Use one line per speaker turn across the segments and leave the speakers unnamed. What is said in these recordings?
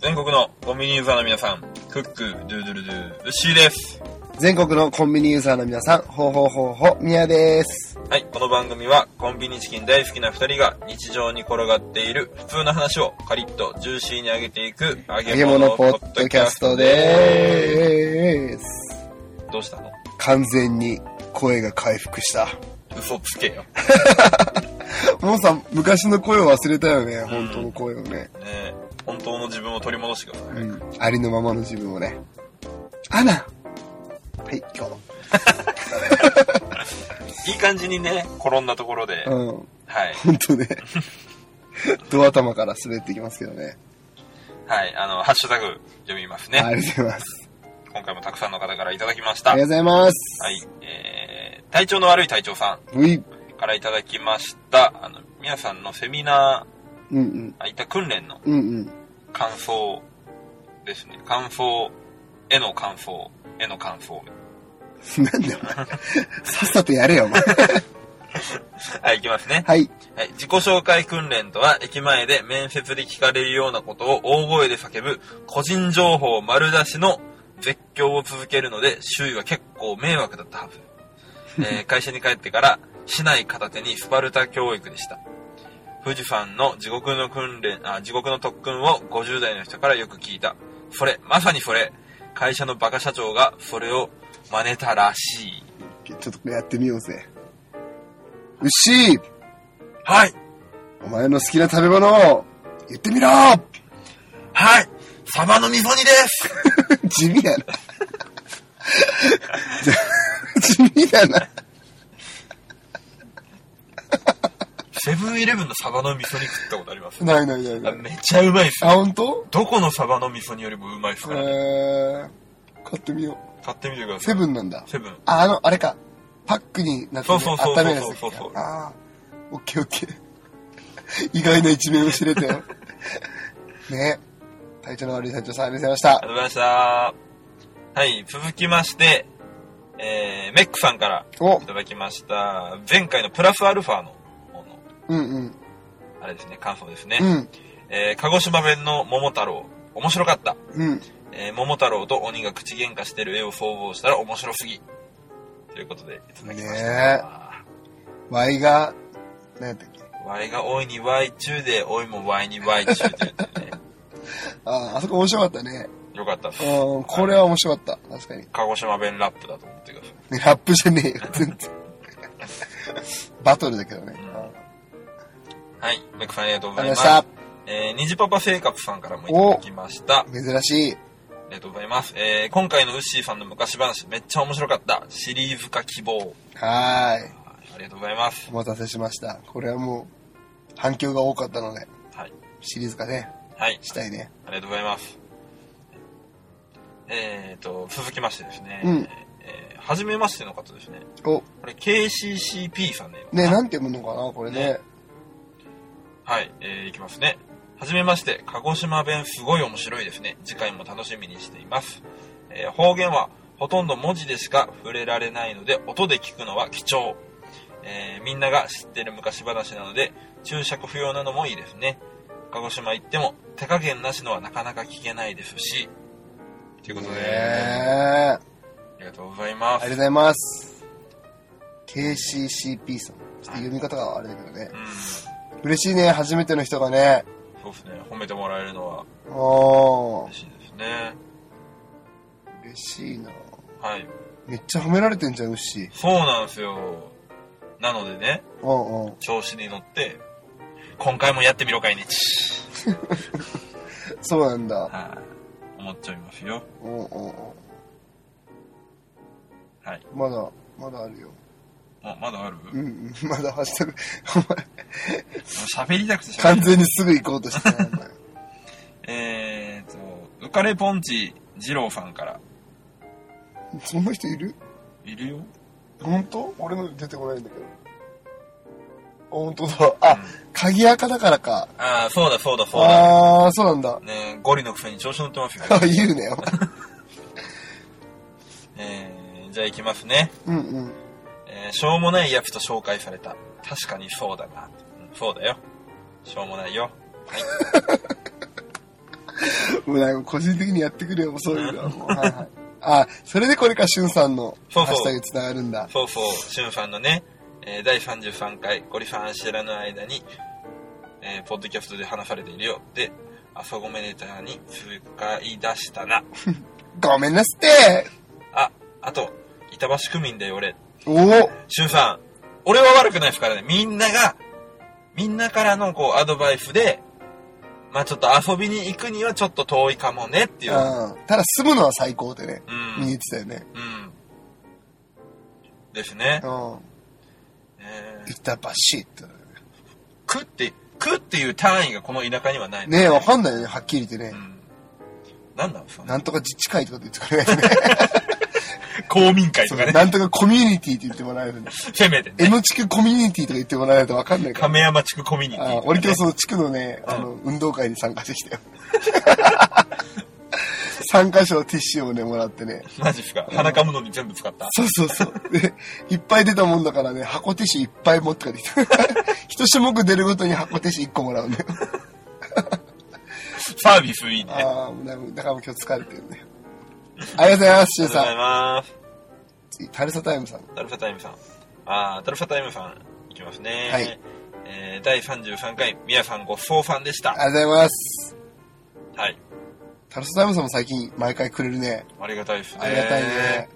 全国のコンビニユーザーの皆さん、クック、ドゥドゥルドゥ、ウッシーです。
全国のコンビニユーザーの皆さん、ほうほうほうほう、みやです。
はい、この番組はコンビニチキン大好きな二人が日常に転がっている普通の話をカリッとジューシーに上げていく揚
揚げ物ポッドキャストでーす。
す。どうしたの
完全に声が回復した。
嘘つけよ。
もうさ、昔の声を忘れたよね、本当の声をね。
ねえ本当の自分を取り戻してください。
うん。ありのままの自分をね。アナはい、今日。
いい感じにね、転んだところで、
う
はい。
ん。本当 ね。ド頭から滑っていきますけどね。
はい、あの、ハッシュタグ読みますね。
ありがとうございます。
今回もたくさんの方からいただきまし
あ
た。
り
は
がとうございます。
い、えー、体調の悪い隊長さ
うい。
んからいただきました。あの、皆さんのセミナ
うんうん。
ー、あいった訓練の
うんうん。
感想ですね。感想、絵の感想、絵の感想。
なんだよ、お前。さっさとやれよ、お前。
はい、いきますね。
はい。
はい、自己紹介訓練とは、駅前で面接で聞かれるようなことを大声で叫ぶ、個人情報丸出しの絶叫を続けるので、周囲は結構迷惑だったは ず。えー会社に帰ってから、市内片手にスパルタ教育でした。富士山の地獄の訓練、あ、地獄の特訓を50代の人からよく聞いた。それ、まさにそれ。会社のバカ社長がそれを真似たらしい。
ちょっとやってみようぜ。牛
はい
お前の好きな食べ物を言ってみろ
はいサバの味噌煮です
地味だな。 じゃ地味だな。
セブンイレブンのサバの味噌煮食ったことあります
ないないないな
あ
い。
めっちゃうまいっすよ
あ、ほんと
どこのサバの味噌煮よりもうまいっす
え
からね。
ー、買ってみよう。
買ってみてください。
セブンなんだ。
セブン。
あ、あの、あれか。パックになって、ね、
そうそうそう
温めるやつ
そうそうそう
ああ、オッケーオッ ケー。意外な一面を知れたよ。ね体調の悪い隊長さん、ありがとうござい
あ
ま
りがとうございました。はい、続きまして、えー、メックさんから
した。お
いただきました。前回のプラスアルファの、方の
うんうん。
あれですね、感想ですね。
うん。
えー、鹿児島弁の桃太郎。面白かった。
うん。
えー、桃太郎と鬼が口喧嘩してる絵を想像したら面白すぎ。ということで、いただきました。
ねワイが、何やったっけ
Y が多いに Y 中で、多いも Y に Y 中で、ね。
ああ、あそこ面白かったね。
よかったっす。
うん、これは面白かった。確かに。
鹿児島弁ラップだと思ってください。
ねラップじゃねえよ、全然。バトルだけどね。
はい、メクさんありがとうござ
あり
いま
がとうご
す。
ざい
えー、にじパパ生活さんからもいただきました。あ
ました。珍しい。
りがとうございます。えー、今回のウッシーさんの昔話、めっちゃ面白かった。シリーズ化希望。
はーい。
はいありがとうございます
お。待たせしました。これはもう、反響が多かったので、
はい。
シリーズ化ね、
はい、
したいね。
ありがとうございます。えーと、続きましてですね。
うん
えー、はじめましての方ですね。
お、
これ KCCP さんね。
ね、なんて読むのかな、これね。
はい、えー、いきますね。はじめまして、鹿児島弁すごい面白いですね。次回も楽しみにしています。えー方言はほとんど文字でしか触れられないので、音で聞くのは貴重。えーみんなが知ってる昔話なので、注釈不要なのもいいですね。鹿児島行っても手加減なしのはなかなか聞けないですし。ということで、
ねえあ
ありがとうございま
りがとうご
す。
ざいます。KCCP さん。ちょっと読み方があれだけどね
う。ん、
嬉しいね、初めての人がね。
そうですね。褒めてもらえるのは
おー
嬉しいですね。
嬉しいな
はい。
めっちゃ褒められてんじゃん、牛。
そうなんですよ。なのでね、
うんうん。
調子に乗って、今回もやってみろかいねち。
そうなんだ。
はい。思っちゃいますよ。
うんうんうん。
はい。
まだ、まだあるよ。
あ、まだある
うんうん。 まだハッシュタグ。
喋りたくて
お
喋
前、完
り
全にすぐ行こうとしてたなお前
えーと、浮かれポンチ二郎さんから。
そんな人いる
いるよ。
本当俺の出てこないんだけど。本当だ。あ、
うん
鍵垢だからか。
ああ、そうだそうだそうだ。
ああー、そうなんだ。
ねえゴリのくせに調子乗ってますよ。
あ言うね。
えー、じゃあ行きますね。
うんうん。
えーしょうもないやつと紹介された。確かにそうだな。うんそうだよ。しょうもないよ。
もうなんか個人的にやってくれよ、そういうのはもう。はいはい。 あ、それでこれか、しゅんさんの
そ
ハ
うそう
ッシュタグつながるんだ。
そうそう、しゅんさんのね、えー第33回、ゴリさん知らぬ間に、えーポッドキャストで話されているよ。で、朝ごめレターに使い出したな。
ごめんなすって
あ、あと、板橋区民だよ、俺。
おお
しゅんさん、俺は悪くないですからね。みんなが、みんなからのこうアドバイスで、まあちょっと遊びに行くにはちょっと遠いかもねっていう。
うん、ただ住むのは最高でね、
うん。
見えてたよね。
うん。ですね
う。ん。
えー
板橋って。
区って、区っていう単位がこの田舎にはないの
ねえ、わかんないよね、はっきり言って
う
ね。
ん。なんなんですかね。
なんとか自治会とかって言ってくれないとね。
公民会
そ
とか
う
ね。
なんとかコミュニティって言ってもらえるんで。
せめて
江
ね。
野地区コミュニティとか言ってもらえないとわかんないから。
亀山地区コミュニティとかね、
あ俺今日その地区のね、あの、運動会に参加 してきたよ。参加賞のティッシュをね、もらってね。
マジっすか。裸物に全部使った。
そうそうそう。で、いっぱい出たもんだからね、箱ティッシュいっぱい持って帰ってきた。 一種目出るごとに箱ティッシュ1個もらうんだよ。
サービスいいね。ありが
ああ、だからもう今日疲れてるね。ありがとうございます、しゅ
と
ん
うござ
さ
い
ん。
ます。
次タルサタイムさん。
タルファタイムさん。あー、タルファタイムさん、いきますね。
はい
えー、第33回、みやさんごちそうさんでした。
ありがとうございます。
はい。
タルサタイムさんも最近毎回くれるね。
ありがたいですね。
ありがたいね。。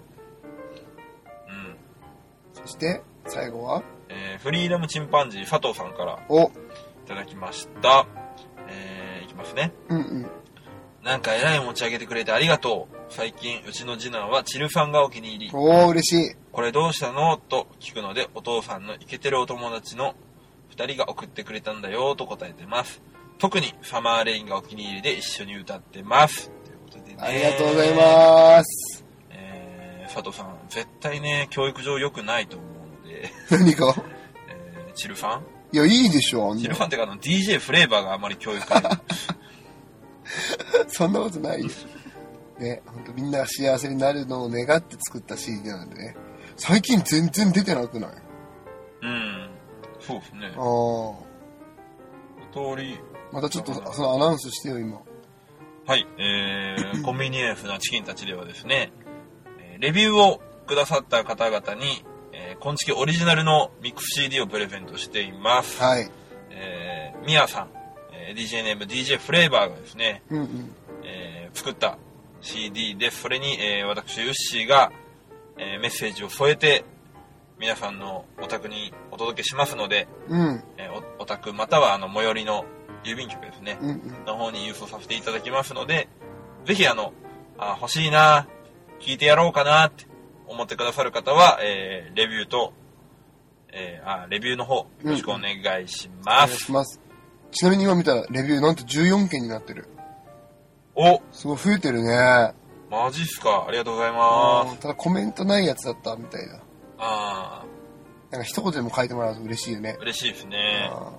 うん。
そして、最後は
えー、フリーダムチンパンジー佐藤さんから
お、
いただきました。えー、いきますね。
うんうん。
なんか偉い持ち上げてくれてありがとう。最近、うちの次男はチルファンがお気に入り。
おー、嬉しい。
これどうしたのと聞くので、お父さんのイケてるお友達の二人が送ってくれたんだよと答えてます。特にサマーレインがお気に入りで一緒に歌ってます。ということでね。
ありがとうございます。
えー、佐藤さん、絶対ね、教育上良くないと思うので、
何か
えー、チルファン
いや、いいでしょ、あん
チル
な
フ。ァンってかあの DJ フレーバーがあまり教 育ない。
そんなことないよ。ね、ほんとみんなが幸せになるのを願って作った CD なんでね。最近全然出てなくないあ
うん。そうですね。
あ。
一通り、
またちょっと、そのアナウンスしてよ、今。
はい、え ー、コンビニエンスなチキンたちではですね、えーレビューをくださった方々に、えー、今月オリジナルのミックス CD をプレゼントしています。
はい。
えー、ミヤさん、えー DJ ネーム DJ フレーバーがですね、
うんうん。
えー作った CD です。それに、えー私、ユッシーが、えーメッセージを添えて、皆さんのお宅にお届けしますので、
うん、
えーおお宅またはあの最寄りの郵便局ですね、
うん、うん。
の方に郵送させていただきますので、ぜひあの、あ欲しいな、聞いてやろうかなって思ってくださる方は、えーレビューと、えーあレビューの方、よろしくお願いし
お
ま
願い
す。
します。ちなみに今見たら、レビューなんと14件になってる。
お、
すごい増えてるね。
マジっすか、ありがとうございます。
ただコメントないやつだったみたいだ。
あ
なんか一言でも書いてもらうと嬉しいよね
ー。嬉しいですね。
あー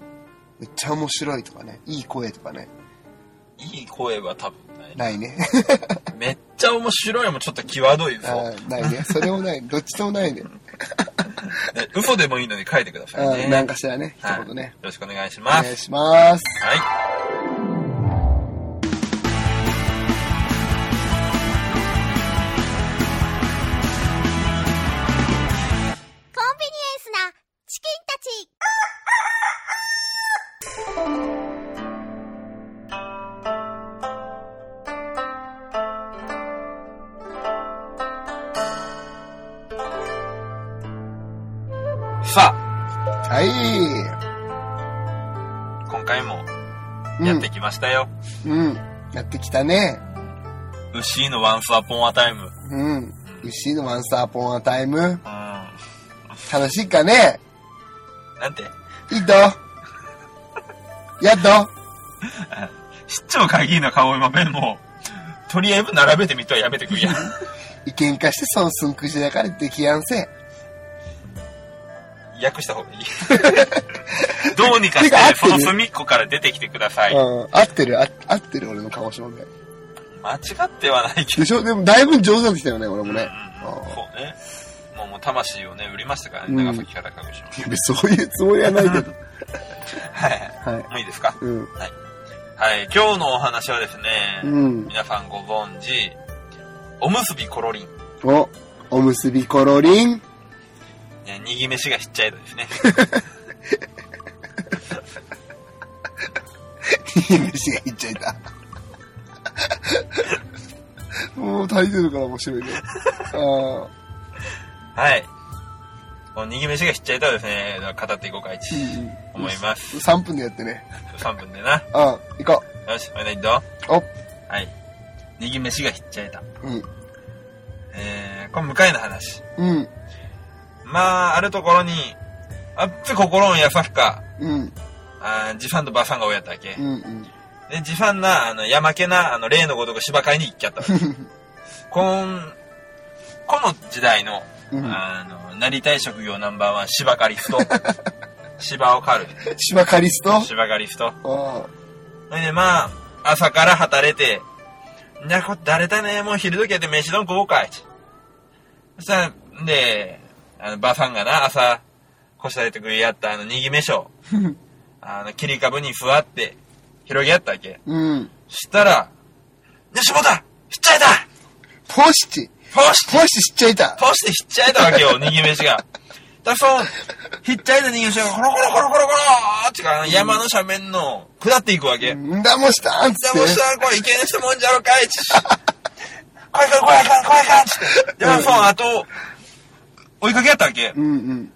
めっちゃ面白いとかね。いい声とかね。
いい声は多分ない。
ないね。
めっちゃ面白いもちょっと際どい嘘。
あーない ね。それもない。どっちともないね。
ね嘘でもいいのに書いてくださいね。
うん、なんかしらね。
はい、
一言ね
よ。ろしくお願いし
お
ます
願い。します。
はい。
コンビニエンスなチキンたち
さ
は
あ、今回も
い。
やってきましたよ。
うん。うん。やってきたね。
牛のワンスアポンアタイム。
うん。牛のワンサーポンアタイム。
うん。な
楽しいかね
んて、
いいとやっと
市長会議員の顔を今メモを、とりあえず並べてみてはやめ てくんや。
意見化してそのすんくじだから出来やんせ。
訳した方がいい。 どうにか
てか合っ
して、
て
そ
る
の隅っこから出てきてください。
うん、合ってる、あ合ってる、俺の鹿児島弁。
間違ってはないけど。
でしょでも、だいぶ上手になってきたよね、俺
う
も
ん
ね。
そうね。もう、もう魂をね、売りましたから
うん
ね、長崎から鹿児島。
いや、別にそういうつもりはないけ ど。
はい。
はい。
もういいですか
うん。
はい。今日のお話はですね、
うん。
皆さんご存知、おむすびコロリン。
お、おむすびコロリン。
ね、握飯がひっちゃいとですね。
いい飯がいっちゃいた。もうタイトルから面白いね。ああ。
はい。この握飯がひっちゃいとはですね、語っていこうかいち、
うん
思います。
3分でやってね。
3分でな。
ああ、行こ
よし、おいでいど。
お
はい。右飯がひっちゃいた。
う。うん。
えー、これ向かいの話。
うん。
まあ、あるところに、あっつ心の優しか、
うん。
あーじさんとばさんが親やったわけ
う。ん。うん。
で、じさんな、あの、やまけな、あの、例のごとく芝買いに行っちゃったわけ。こん、この時代の、
うん。
あの、なりたい職業ナンバーワン、芝刈り スト。芝を刈る。
芝カリスト
芝刈りスト。
あ
ほいで、まあ、朝から働いて、じゃあ、これ誰だね、もう昼時やって飯丼食おうかい。そしたら、で、あの、ばさんがな、朝、こしたれて食いやった、あの、にぎ飯を、あの、切り株に座って、広げやったわけ。
うん。
したら、よしもだひっちゃいだ
ポシチ
ポシ
ポシチしちゃいた
ポシってひっちゃいだわけよ、にぎ飯が。だからその、ひっちゃいだにぎ飯が、コロコロコロコロコローってか、あの山の斜面の、下っていくわけ。
んだもしたんっつ
ザボ
っ。
してたんこれいけねえ人もんじゃろかいち。怖い怖い怖い怖い怖い怖いつって。でもその後、追いかけやったわけ。
うんうん。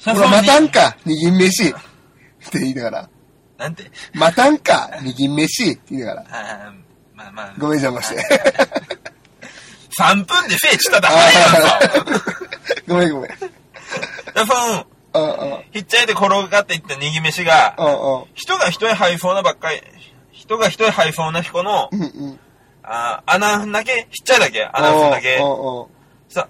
そ
ほ
の
ら、またんか、にぎん飯。って言いながら。
なんて。
またんか、にぎん飯。って言いながら。
あーまあまあ。
ごめん邪魔して。
3分でせえちっただ
あ
けやんぞ。
ーごめんごめん。
でその、
ああ、
ひっちゃいで転がっていった握り飯が
あ、あ、
人が人へ入りそうなばっかり、人が人へ入りそうな彦の
う、んうん。
あー穴ふんだけ、ひっちゃいだけ、穴ふんだけ。
お
さ、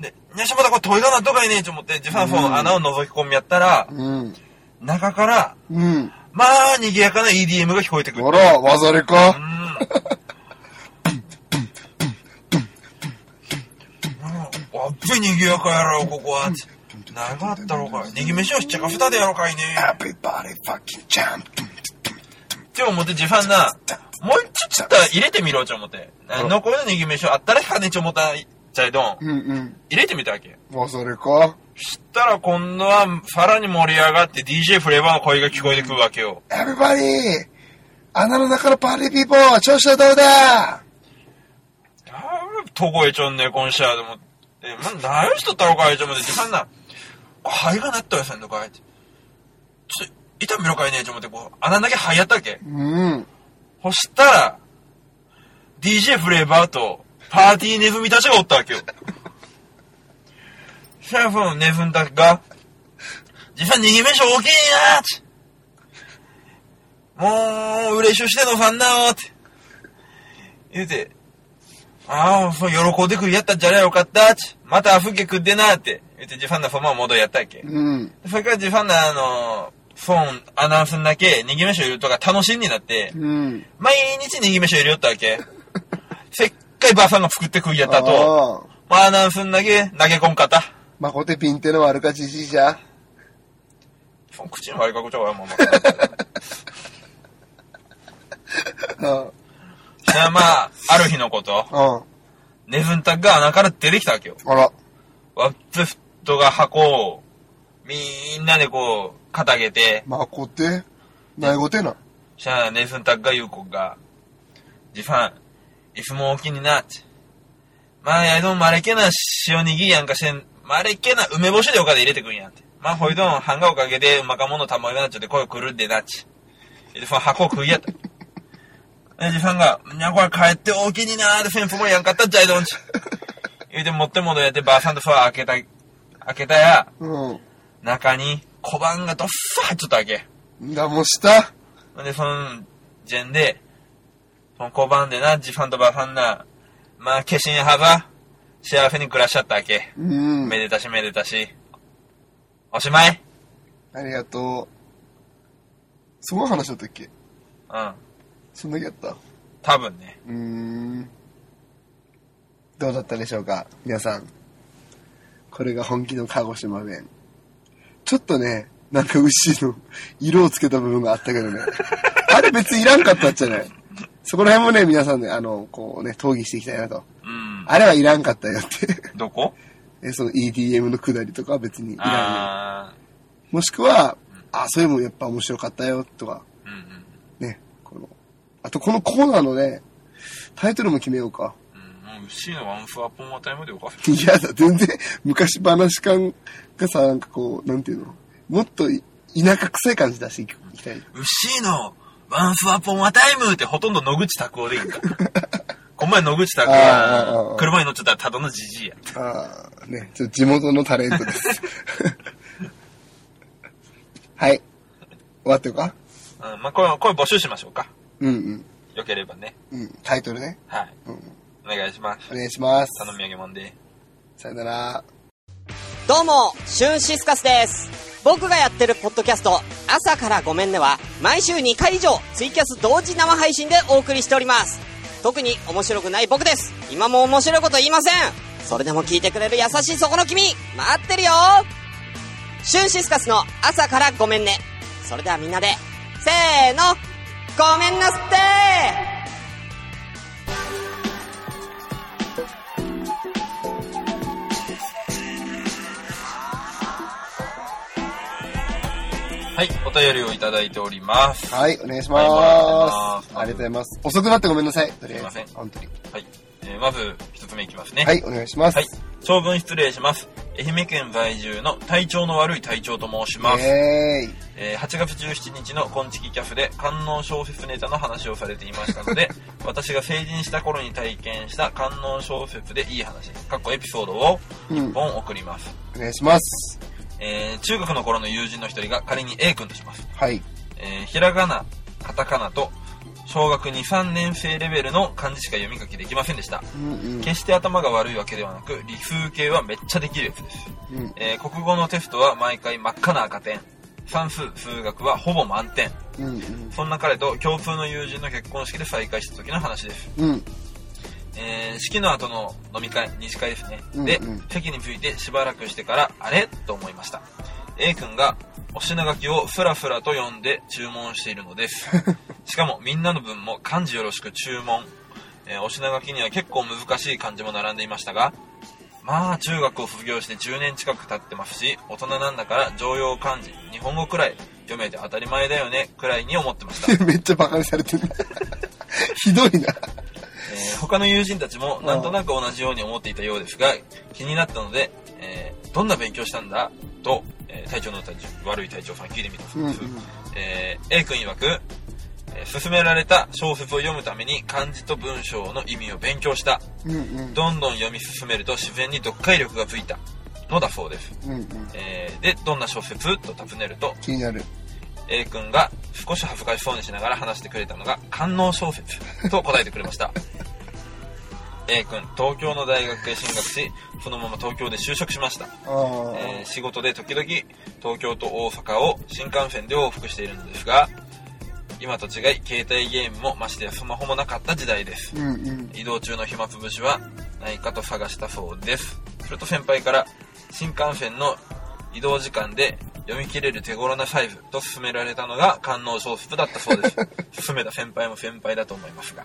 で、にゃしまだこれ問いがなんとかいねえと思って、自販フォンの穴を覗き込みやったら、
うん。
中から、
うん。
まあ、賑やかな EDM が聞こえてくる。
ほら、わざれ
う
か。
ん。あっべ賑やかやろ、ここは。長かったろうか。賑飯をしっちゃかふたでやろうかいね。
Everybody fucking jump.
って思って、自販な、もうちょっと入れてみろ、ちょ思って。あ残りの賑飯をあったらかねちょ思ったいちゃいどん。
うん
入れてみたわけ。
うん。わざれか。
したら今度はさらに盛り上がって DJ フレーバーの声が聞こえてくるわけよ。
Everybody! 穴の中のパーティーピーポー、調子はどうだ
あーとこえちょんね、今週は。でも、え、ま、何しとったのかいちょもで、自慢な、こう肺がなったやさんとかい。ちょ、痛みろかいねえちょもって、こう、穴だけ肺やったわけ。
うん。
そしたら、DJ フレーバーと、パーティーネズミたちがおったわけよ。 そしたらそのネズミたちが、実際逃げ飯大きいなーって。もう、嬉しゅうしてのファンなーって。言うて、ああ、そう喜んでくりやったんじゃねえよかったーって。またふけ食ってなーって。言うて、ジファンナフォンは戻りやったっけ。
うん。
それからジファンナ、あのフォン、アナウンスんだけ、逃げ飯を言うとか楽しんになって、
うん。
毎日握り飯を入れよったわけ。せっかいばあさんが作って食いやったと。
ああ。
まあ、アナウンスんだけ投げ込んかった。
まこてピンってのはあるかじじいじゃ。
そん口に割りかこちゃうわ、もう。
うん。
じゃあまあ、ある日のこと、
あ
ネズンタが穴から出てきたわけよ。
ら。
ワッツフットが箱を、みんなでこう、肩げて、
まこてないごてな。
しゃあネズンタが言う子が、ジファン、いつも大きになって。まあ、やいどんまれけな塩握りやんかしてん、まれけな梅干しでおかで入れてくんやんって。まあ、ほいどん、半がおかげで、うまかものたまになっちゃって声くるんでなっち。で、その箱食いやった。で、ジファンが、にゃこれ帰って大きになーって、先方もやんかったっちゃいどんち。言うて、持って戻やって、ばあさんとファー開けた、開けたや、
う
中に小判がどっさ入っちゃったわけ。
ん。だもした。
で、その、ジェンで、その交番でな、ジファンとバファンな、まあ、化身派が、幸せに暮らしちゃったわけ。
うん。
めでたしめでたし。おしまい
ありがとう。すごい話だったっけ
うん。
そんだけやった
多分ね。
うーん。どうだったでしょうか皆さん。これが本気の鹿児島弁。ちょっとね、なんか牛の色をつけた部分があったけどね。あれ別にいらんかったんじゃないそこら辺もね、皆さんで、あの、こうね、討議していきたいなと。
うん。
あれはいらんかったよって。
どこ
えその EDM のくだりとかは別にいらんよ。
あ
もしくは、あ、それもやっぱ面白かったよとか、
ー。うんうん
ね、この、あとこのコーナーのね、タイトルも決めようか。
うん。もう、牛のワンフアポンはタイムでよかった。
いやだ、全然、昔話感がさ、なんかこう、なんていうのもっとい田舎臭い感じ出していきいきたい。
牛のワンフアポンはタイムってほとんど野口拓夫でいいん だ。この前野口拓夫
あーあーあ
は
ー、
車に乗っちゃったらただのじじいや。
ああ、ね、ちょっと地元のタレン トです。はい。終わってよか
うん。まあ、これ、これ募集しましょうか。
うん
よければね。
うん。うん、タイトルね。
はい。
うんうん、
お願いします。
お願いします。
頼み上げもんで。
さよなら。
どうも、シュンシスカスです。僕がやってるポッドキャスト、朝からごめんねは、毎週2回以上、ツイキャス同時生配信でお送りしております。特に面白くない僕です。今も面白いこと言いません。それでも聞いてくれる優しいそこの君、待ってるよシュンシスカスの朝からごめんね。それではみんなで、せーの、ごめんなすって
はい。お便りをいただいております。
はい、お願いし
は
ま
い
す。ありがとうございます。遅くなってごめんなさい。とりあ
す
えず。
いません
本当に。
はい。えーまず、一つ目いきますね。
はい、お願いします。
はい。長文失礼します。愛媛県在住の体調の悪い体調と申します。
え
えー8月17日のコンチキキャフで観音小説ネタの話をされていました ので、私が成人した頃に体験した観音小説でいい話、かっこエピソードを
ーい。うん。
本送ります。
お願いします。
えー中学の頃の友人の一人が仮に A 君とします。
はい。
えーひらがな、カタカナと、小学2、3年生レベルの漢字しか読み書きできませんでした。
うんうん。
決して頭が悪いわけではなく、理数系はめっちゃできるやつです。
うん
えー国語のテストは毎回真っ赤な赤点。算数、数学はほぼ満点。
うんうん。
そんな彼と共通の友人の結婚式で再会した時の話です。
うん。
えー式の後の飲み会、二次会ですね。で、
うんうん
席に着いてしばらくしてから、あれと思いました。A 君が、お品書きをふらふらと読んで注文しているの です。しかも、みんなの分も漢字よろしく注文。えーお品書きには結構難しい漢字も並んでいましたが、まあ、中学を卒業して10年近く経ってますし、大人なんだから常用漢字、日本語くらい読めて当たり前だよね、くらいに思ってました。
めっちゃバカにされてる。ひどいな。
えー 他の友人たちもなんとなく同じように思っていたようですが気になったので、えーどんな勉強したんだと、えー体調の体調悪い体調さんに聞いてみたそうです、
うんうん
えー A 君曰く、えー勧められた小説を読むために漢字と文章の意味を勉強した
うんうん。
どんどん読み進めると自然に読解力がついたのだそうです、
うんうん。
えーでどんな小説と尋ねると
気になる。
A 君が少し恥ずかしそうにしながら話してくれたのが官能小説と答えてくれました A 君東京の大学へ進学しそのまま東京で就職しました、
ああ。
えー仕事で時々東京と大阪を新幹線で往復しているのですが今と違い携帯ゲームもましてやスマホもなかった時代です
うんうん。
移動中の暇つぶしはないかと探したそうですすると先輩から新幹線の移動時間で読み切れる手頃なサイズと勧められたのが観音小説だったそうです勧めた先輩も先輩だと思いますが、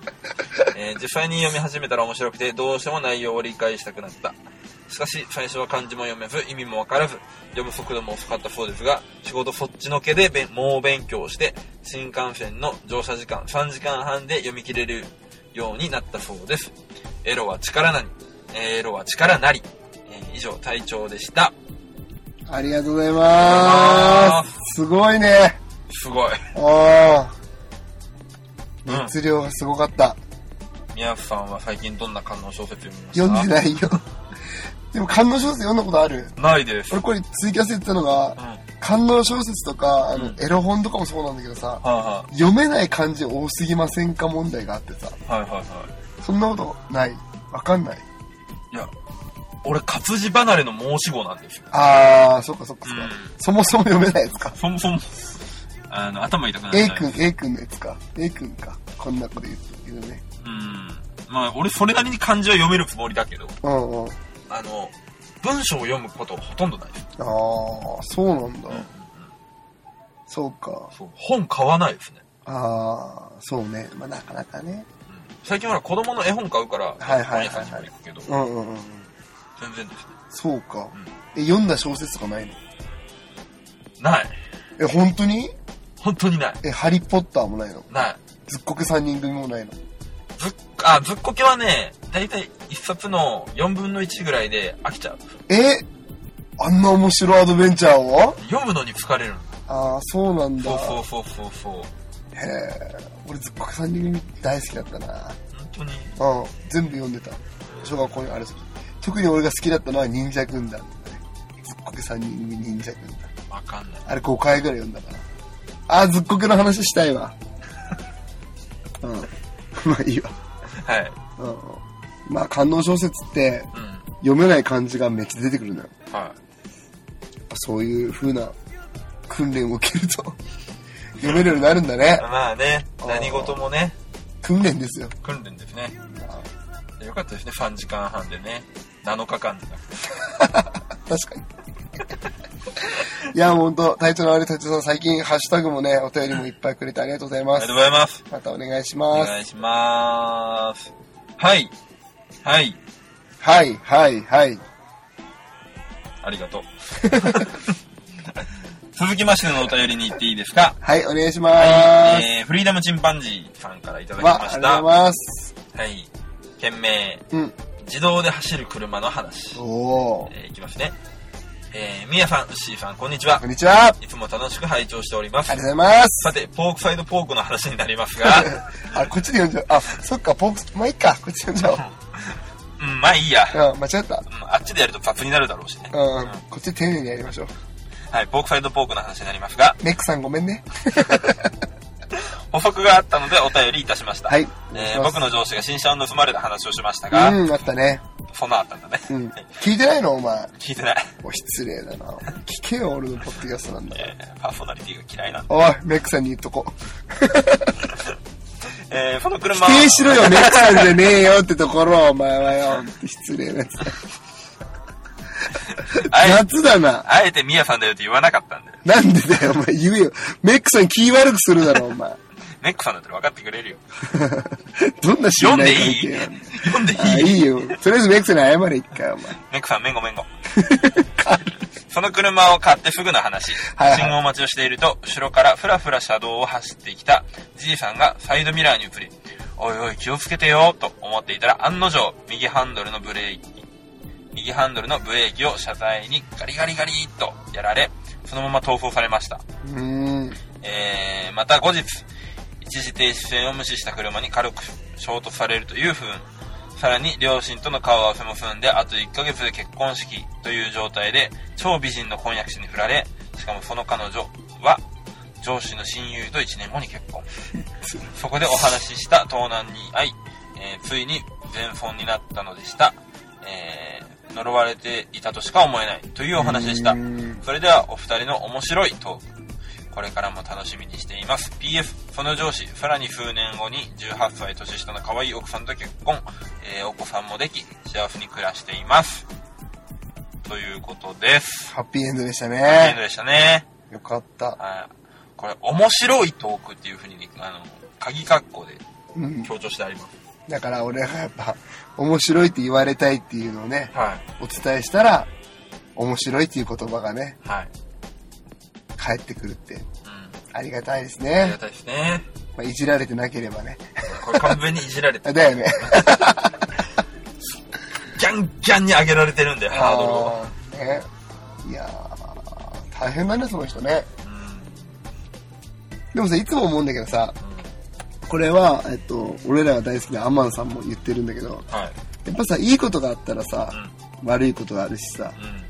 えー実際に読み始めたら面白くてどうしても内容を理解したくなったしかし最初は漢字も読めず意味もわからず読む速度も遅かったそうですが仕事そっちのけでべん猛勉強して新幹線の乗車時間3時間半で読み切れるようになったそうですエロは力なりエロは力なり、えー以上隊長でした
ありがとうございます。すごいね。
すごい
ああ。
うん
熱量がすごかった。
宮津さんは最近どんな観音小説読みました
読んでないよ。 でも、観音小説読んだことある
ないです
俺これツイキャスやってたの
うん
が、
は
観音小説とか、あ
う、
の
ん
エロ本とかもそうなんだけどさ、
いは
読めない漢字多すぎませんか問題があってさ、
いはいはいは
そんなことない。わかんない。
いいや俺、活字離れの申し子なんですよ。
あー、そっかそっかそっか。
うん
そもそも読めないやつか。
そもそも、あの、頭痛くなっちゃ
A
う。
君、A 君のやつか。A 君か。こんなこと言ってるけどね。
うん。まあ、俺、それなりに漢字は読めるつもりだけど、
うんうん。
あの、文章を読むことはほとんどない。
あー、そうなんだ。そうか。
そう本買わないですね。
あー、そうね。まあなかなかね。
最近ほら、子供の絵本買うから、
はいはいはいはい
本屋さんにも行くけど、
うんうんうん。
全然ですね。
そうか。え、読んだ小説とかないの
ない。
え、本当に
本当にない。
え、ハリーポッターもないの
ない。
ずっこけ3人組もないの
ずっ、あ、ずっこけはね、だいたい一冊の4分の1ぐらいで飽きちゃう。
えあんな面白いアドベンチャーを
読むのに疲れるの。
ああ、そうなんだ。
そうそうそうそうそう。
へえ。俺、ずっこけ三人組大好きだったな。
本当に。
うん。全部読んでた。小学校にあれ特に俺が好きだったのは忍者軍団とかね。ずっこけ三人組忍者軍団。
わかんない。
あれ5回ぐらい読んだから。ああ、ずっこけの話したいわ。うん。 まあいいわ。
はい。
うん。まあ、観音小説って
うん。
読めない漢字がめっちゃ出てくるのよ。
は
そういう風な訓練を受けると読めるようになるんだね
い。。まあね、
あー
何事もね、
訓練ですよ。
訓練ですね。よかったですね、3時間半でね。7日間じゃなくて。
確かに。いや、もうほんと、体調の悪い隊長さん、最近ハッシュタグもね、お便りもいっぱいくれてありがとうござい
あ
ま
りが
す
とう。ございます。
またお願いし
お
ます。
願いします。はい。はい。
はい、はい、はい。
ありがとう。 続きましてのお便りに行っていいですか
はい、お願いします。
えー、フリーダムチンパンジーさんからいただき
ま
ま
あ、あ
し
りがと
た。
うございます。
はい。件名、
うん。
自動で走る車の話。
おー。
えーいきますね。えー、みやさん、うっしーさん、こんにちは
こん。にちは。あり
いつも楽しく拝聴しております
がとう。ございます。
さて、ポークサイドポークの話になります が、
あ、こっちで読んじゃう。あ、そっか、ポークス、まあいいか、こっちで読んじ
うん、まあいいや。
ゃおう。うん、間違った。
うんあっちでやると雑になるだろうしね。
うん、こっちで丁寧にやりましょう。
はい、ポークサイドポークの話になりますが、
メックさんごめんね。
補足があったのでお便りいたしました。
はいお願い
え
し
ー
ます
僕の上司が新車を盗まれた話をしましたが、
うん、あったね。
そんなあったんだね。
うん。聞いてないのお前。
聞いてない。
お失礼だな。聞けよ、俺のポッドキャストなんだ。
えーパーソナリティが嫌いなんで。
おい、メックさんに言っとこ。
えーその
否
車は
定しろよ、メックさんじゃねえよってところ、お前はよ。失礼なやつ だ。
あえ
夏だな。
あえてミヤさんだよって言わなかったんだよ。
なんでだよ、お前言えよ。メックさん気悪くするだろ、お前。
ネックさんだったら分かってくれるよ。
どんな信
読ん
頼
で
関
いい
係な
読んでい
あ、い
い
いよ。とりあえずメックさんに謝れ、一回、お前。
ネックさん、めんごめんご。 その車を買ってすぐの話。
はいはい
信号待ちをしていると、後ろからふらふら車道を走ってきたじいさんがサイドミラーに移り、おいおい気をつけてよ、と思っていたら案の定、右ハンドルのブレーキ、右ハンドルのブレーキを車体にガリガリガリっとやられ、そのまま逃走されました。
うーん。
えーまた後日、一時停止線を無視した車に軽く衝突されるという不運。さらに両親との顔合わせも済んで、あと1ヶ月で結婚式という状態で、超美人の婚約者に振られ、しかもその彼女は、上司の親友と1年後に結婚。そこでお話しした盗難に遭い、えーついに全損になったのでした。えー呪われていたとしか思えないというお話でした
うーん。
それではお二人の面白いトーク、これからも楽しみにしています。PS、その上司、さらに数年後に18歳年下の可愛い奥さんと結婚、えーお子さんもでき、幸せに暮らしています。ということです。
ハッピーエンドでした
エンド
ね。
でしたね。
よかった。
はい。これ、面白いトークっていうふうにね、あの、鍵括弧で
うん。
強調してあります。
だから俺がやっぱ、面白いって言われたいっていうのをね、
はい。
お伝えしたら、面白いっていう言葉がね、
はい。
返ってくるって、
うん。
ありがたいです
ありが
ね。
たいですね。
まあ、いじられてなければね。
これ完全にいじられて、
あだよね。
ギャンギャンに上げられてるんで、ハードルを。
あー ね。いやー、大変だね、その人ね。でもさ、いつも思うんだけどさ、これは、えっと、俺らが大好きなアマンさんも言ってるんだけど、
うん。はい。
やっぱさ、いいことがあったらさ、悪いことがあるしさ、
うん。うん。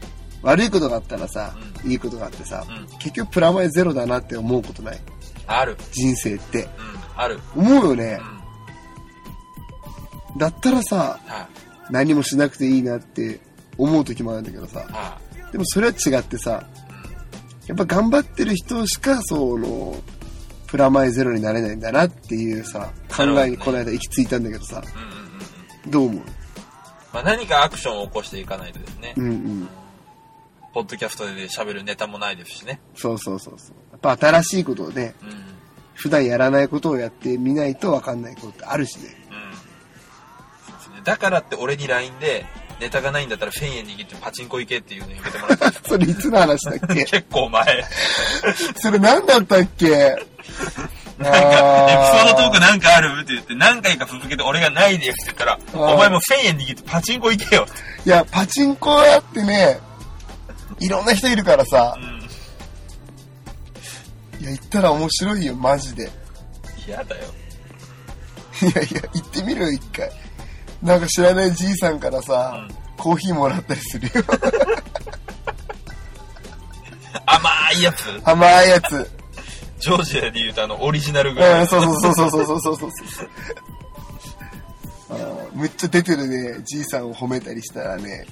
悪いことがあったらさ、いいことがあってさ、
うん
結局プラマイゼロだなって思うことない
ある。
人生って。
うん。ある。
思うよ
う
ね
ん。。
だったらさ、
はい。
何もしなくていいなって思う時もあるんだけどさ。
は
でもそれは違ってさ、やっぱ頑張ってる人しか、その、プラマイゼロになれないんだなっていうさ、考えにこの間行き着いたんだけどさ、
い。うんうんうんうん。
どう思う
まあ、何かアクションを起こしていかないとですね、
うんうん。
ポッドキャストで喋るネタもないですしね。
そうそうそうそう。やっぱ新しいことをね、
うん。うん。
普段やらないことをやってみないとわかんないことってあるしね。
そうですね。だからって俺に LINE で、ネタがないんだったら1000円握ってパチンコ行けっていうのやめてもらっていい ですか
それいつの話だっ け
結構前。
それ何だったっ け
なんか、エピソードトークなんかあるって言って、何回か続けて俺がないですって言ったら、
ー
お前もう1000円握ってパチンコ行けよって。
いや、パチンコ屋ってね、いろんな人いるからさ
う、ん。
いや、行ったら面白いよ、マジで。い
嫌だよ。
やいや、行ってみろよ、一回。なんか知らないじいさんからさ、
うん
コーヒーもらったりするよ。
甘いやつ。
甘いやつ。うん、
ジョージアで言うとあの、オリジナルぐらい。
そうそうそうそうそうそうそうそう。あーむっちゃ出てるね、じいさんを褒めたりしたらね、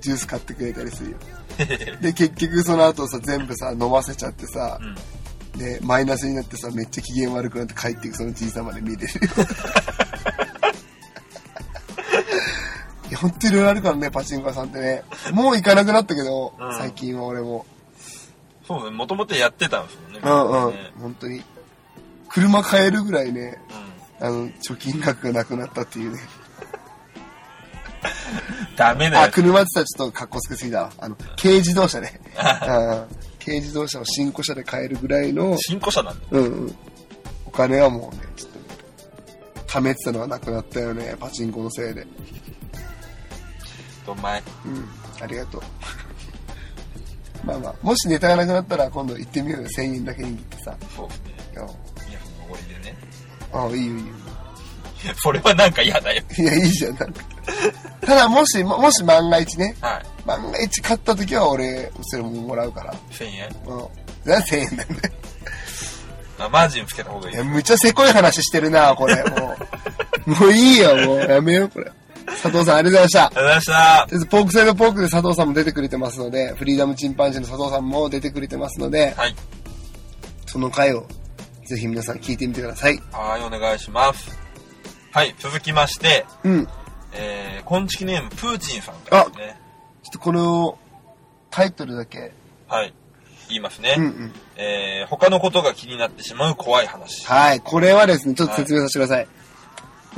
ジュース買ってくれたりするよ。 で、結局その後さ、全部さ、飲ませちゃってさ、
うん
で、マイナスになってさ、めっちゃ機嫌悪くなって帰っていくそのじいさんまで見れ るよ。いや、ほんといろいろあるからね、パチンコ屋さんってね。もう行かなくなったけど、
うん
最近は俺も。
そうね、もともとやってたんですもんね。
うんうん、
ね
本当に。車買えるぐらいね、
う
あの、貯金額がなくなったっていうね。
んダメだ
あ、
よ。
車ってさ、ちょっと格好つけすぎだわ。あの、軽自動車ね。うん軽自動車を新古車で買えるぐらいの、
新古車なんだよ。
うんうん。お金はもうね、ちょっとね、貯めてたのはなくなったよね、パチンコのせいで。
お前、
うん、ありがとう。 まあまあ、もしネタがなくなったら今度行ってみようよ、1000円だけ握ってさ。
そうですね。
い
イヤ
や
ホンのおごりでね。
ああ、いいよいいよ。
それはなんか嫌だよ。
いや、いいじゃん、なんか。ただ、もし、ももし万が一ね、
はい。
万が一勝った時は俺、それももらうから。
1000円。
うん。な、1000円なんだよ。
あ、マージンつけた方がい
い
い。
や、むちゃせこい話してるな、これ。もう。もういいよ、もう。やめよう、これ。佐藤さん、ありがとうございました。
ありがとうございました。
とりあえずポークサイドポークで佐藤さんも出てくれてますので、フリーダムチンパンジーの佐藤さんも出てくれてますので、
はい。
その回をぜひ皆さん聞いてみてください。
はい、お願いします。はい、続きまして、
うん。ちょ
えー、昆虫ネーム、プーチンさんからですね。
っとこれを、タイトルだけ。
はい。言いますね。
うんうん。
えー、他のことが気になってしまう怖い話。
はい。これはですね、ちょっと説明させてください。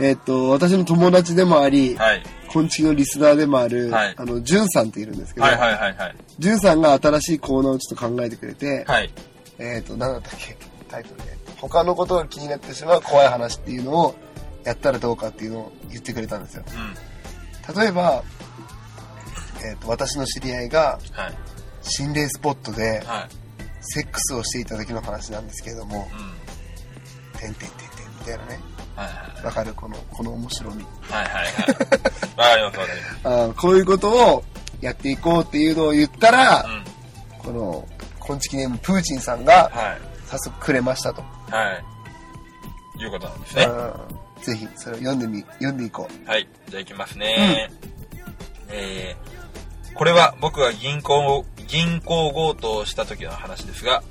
えーっと、私の友達でもあり、
はい。
昆虫のリスナーでもある、
はい
あの、ジュンさんっているんですけど、
はいはいはいはい。
ジュンさんが新しいコーナーをちょっと考えてくれて、
はい。
えーっと、何だったっけタイトルで。他のことが気になってしまう怖い話っていうのを、やったらどうかっていうのを言ってくれたんですよ。
うん。
例えば、えー、と私の知り合いが
はい。
心霊スポットで
はい。
セックスをしていた時の話なんですけれども
うん。
「てんてんてんてん」みたいなね
はいはい。
わかるこのこの面白み
はいはいはい。わか りますわかります。
あーこういうことをやっていこうっていうのを言った
う
ら
ん。
この昆虫ネームプーチンさんが
は
早速くれましたと、
い。はい。いうことなんですね。
あーぜひそれを読んでみ読んでいこ
はい。じゃあ行きますね。えー、これは僕が銀行を、銀行強盗をした時の話ですが、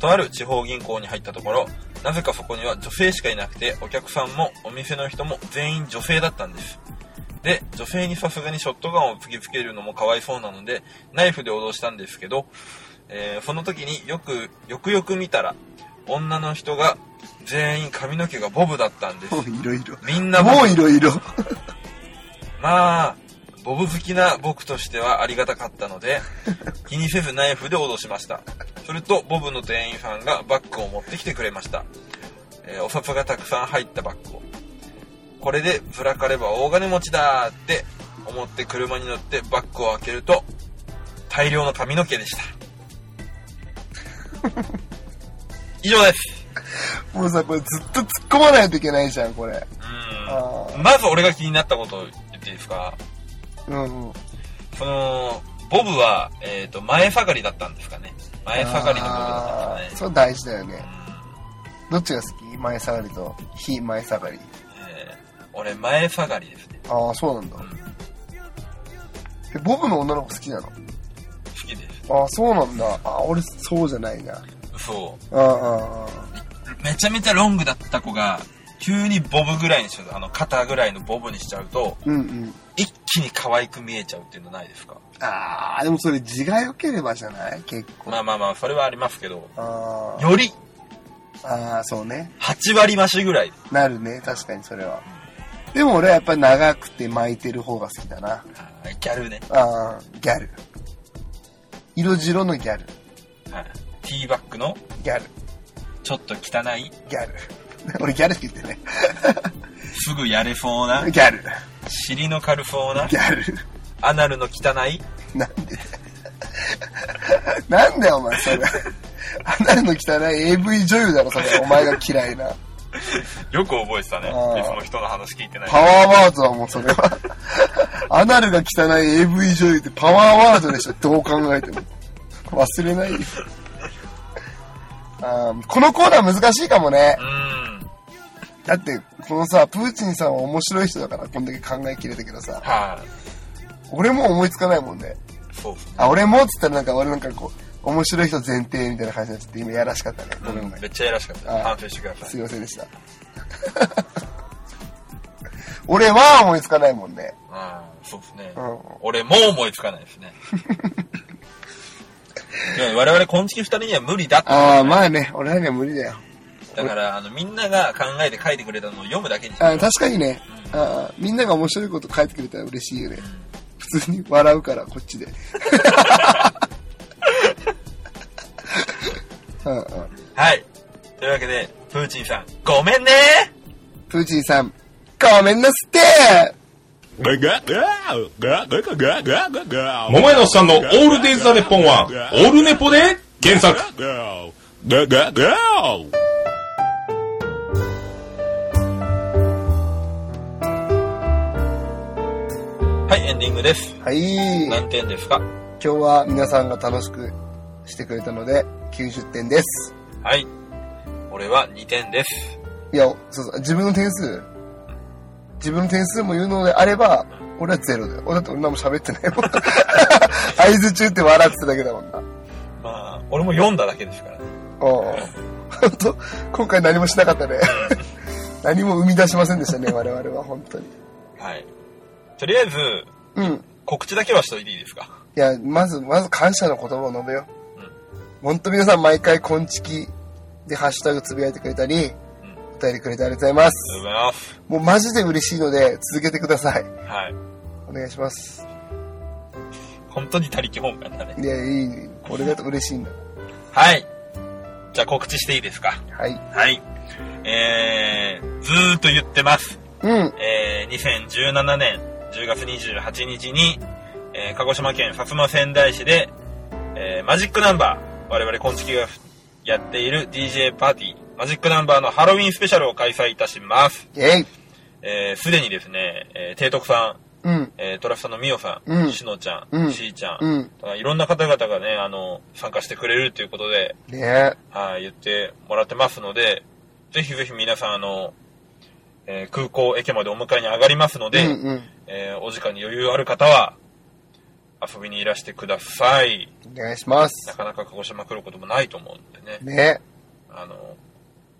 とある地方銀行に入ったところ、なぜかそこには女性しかいなくて、お客さんもお店の人も全員女性だったんです。で、女性にさすがにショットガンを突きつけるのもかわいそうなので、ナイフで脅したんですけど、えーその時によく、よくよく見たら、女の人が全員髪の毛がボブだったんです
う。もういろいろ
みんなボブ
もういろい ろ
まあ、ボブ好きな僕としてはありがたかったの で、気にせずナイフで脅しました。すると、ボブの店員さんがバッグを持ってきてくれました。えーお札がたくさん入ったバッグを。これで、ぶらかれば大金持ちだーって思って車に乗ってバッグを開けると、大量の髪の毛で した。以上です。
もうさこれずっと突っ込まないといけないじゃんこれあ
う
ー
ん。まず俺が気になったことを言っていいですか
うんうん
その、ボブは、えっ、と、前下がりだったんですかね。前下がりのボブだったん
あ
で
ー
すか
そ
ね。
れ大事だよねどっちが好き前下がりと非前下がり
うんえー俺、前下がりですね。
ああそうなんだ
うん
えボブの女の子好きなの
好きです。
ああ、そうなんだ。あ俺、そうじゃないな。あ
そ
あ、ああ、
う。めちゃめちゃロングだった子が、急にボブぐらいにしちゃう。あの、肩ぐらいのボブにしちゃうと、
うんうん。
一気に可愛く見えちゃうっていうのないですか
ああ、でもそれ、字が良ければじゃない結構。
まあまあまあ、それはありますけど、
あ
より
あ、ああ、そうね。
8割増しぐらい。
なるね、確かにそれは。でも俺はやっぱり長くて巻いてる方が好きだな。
あーギャルね。
ああ、ギャル。色白のギャル。
はい。ティーバッグの、
ギャル。
ちょっと汚い、
ギャル。俺ギャル って言ってね。
すぐやれそうな、
ギャル。
尻の軽そうな
ギ、ャル。
アナルの汚い、
なんで なんだよ、お前、それ。あんなの汚い AV 女優だろ、それ。お前が嫌いな。
よく覚えてたね。
あー
別の人の話聞いてない。
パワーワードはもうそれ は。アナルが汚い AV 女優ってパワーワードでしょ、どう考えても。忘れないよ。あーこのコーナー難しいかもね
う。ーん。
だって、このさ、プーチンさんは面白い人だから、こんだけ考えきれたけどさ、
はい、
俺も思いつかないもんね。
そうですね。
あ、俺もっつったらなんか、俺なんかこう、面白い人前提みたいな感じになっちゃって、今やらしかったね。ごめんごめん
めっちゃやらしかった。
あー
反省してくださ
す
い。
いませんで した。俺は思いつかないもんね。
あーそうですね、
うん
俺もう思いつかないです ね。いや我々、昆虫二人には無理だって。
ああ、まあね、俺らには無理だよ。
だから、あの、みんなが考えて書いてくれたのを読むだけにし
あ
よ
ー
う
確かにねあー、みんなが面白いこと書いてくれたら嬉しいよね。普通に笑うから、こっちで。うんうん
はい。というわけで、プーチンさん、ごめんね
プーチンさん、ごめんなすって
桃
桃
屋
屋
の
の
お
お
っ
っ
さ
さ
ん
ん
の
のオ
オー
ール
ルデ
デ
イ
イ
ズ・
ズ・
ザ・
ザ・
ネ
ネッ
ッポ
ポ
ン
ン
は
は、
オ
オ
ー
ール
ルネ
ネ
ポ
ポ
で
で原
原作
作。。
はい、エンディングです。
はい。今
何点ですか
日は皆さんが楽しくしてくれたので、90点です。
はい。俺は2点です。
いや、そうそう、自分の点数、自分の点数も言うのであれば、俺はゼロだよ。俺だって俺何も喋ってないもん。 合図中って笑ってただけだもんな。
まあ、俺も読んだだけですからね。
おう本当今回何もしなかったね。何も生み出しませんでしたね、我々は、本当に。
はい。とりあえず、
うん。
告知だけはしといていいですか
いや、まず、まず感謝の言葉を述べよう。本当皆さん毎回、こんちきでハッシュタグつぶやいてくれたり、お便りくれてありがとうございま
あり
す。
がとうございます。
もうマジで嬉しいので、続けてください。
はい。
お願いします。
本当に他力本願だね。
いや、いい、俺だと嬉しいんだ。
はい。じゃあ告知していいですか
はい。
はい。えー、ずーっと言ってます。
うん。
えー、2017年10月28日に、えー、鹿児島県薩摩仙台市で、えー、マジックナンバー、我々今月がやっている DJ パーティー、マジックナンバーのハロウィンスペシャルを開催いたします。
イェイ。
えー、すでにですね、えー、提督さん、
うん。
えー、トラフさんのみおさん、
うん
しのちゃん、
うん
しーちゃん、
うん
とかいろんな方々がね、あの、参加してくれるということで、
ねえ。
はい、言ってもらってますので、ぜひぜひ皆さん、あの、えー空港駅までお迎えに上がりますので、
うんう
えーお時間に余裕ある方は、遊びにいらしてください。
ん。お願いしま
な
す。
かなか鹿児島来ることもないと思うんでね。
ね
あの、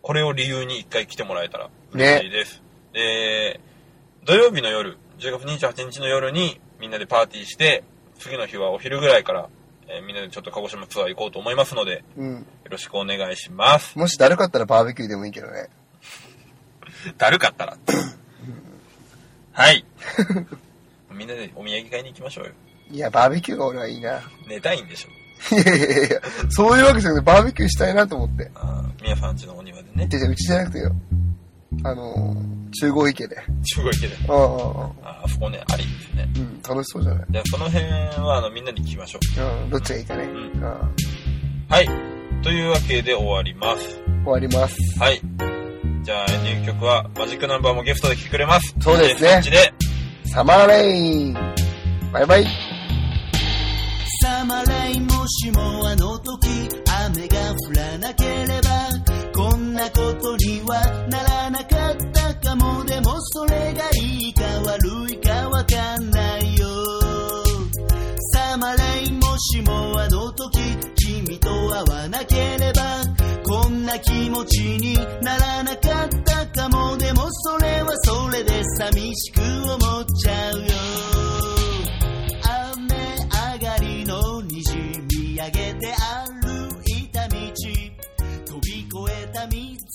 これを理由に一回来てもらえたら嬉しいです。で、土曜日の夜、10月28日の夜にみんなでパーティーして、次の日はお昼ぐらいから、えーみんなでちょっと鹿児島ツアー行こうと思いますので、よ
うん。
ろしくお願いします。
もしだるかったらバーベキューでもいいけどね。
だるかったら。はい。みんなでお土産買いに行きましょうよ。
いや、バーベキューが俺はいいな。
寝たいんでしょ。
いやいやいや、そういうわけじゃなくて、バーベキューしたいなと思って。
あー皆さんちのお庭でね。
じゃじゃうちじゃなくてよ。あのー、中郷池で。
中国で。
うんうんう
あ
ん
ーあそこね、ありですね。
うん、楽しそうじゃない
じゃあその辺はあのみんなに聞きましょ
うん、どっちがいいかね。うん
ん、
終
う。はい。というわけで終わります。
わります。
はい。じゃあエンディング曲はマジックナンバーもゲストで聴いてくれます。
そうですね
DJ スイッチで
サマーレインバイバイ
サマレイもしもあの時雨が降らなければこんなことにはならなかったかもでもそれがいいか悪いかわかんないよしもあの時君と会わなければこんな気持ちにならなかったかもでもそれはそれで寂しく思っちゃうよ雨上がりの虹見上げて歩いた道飛び越えた溝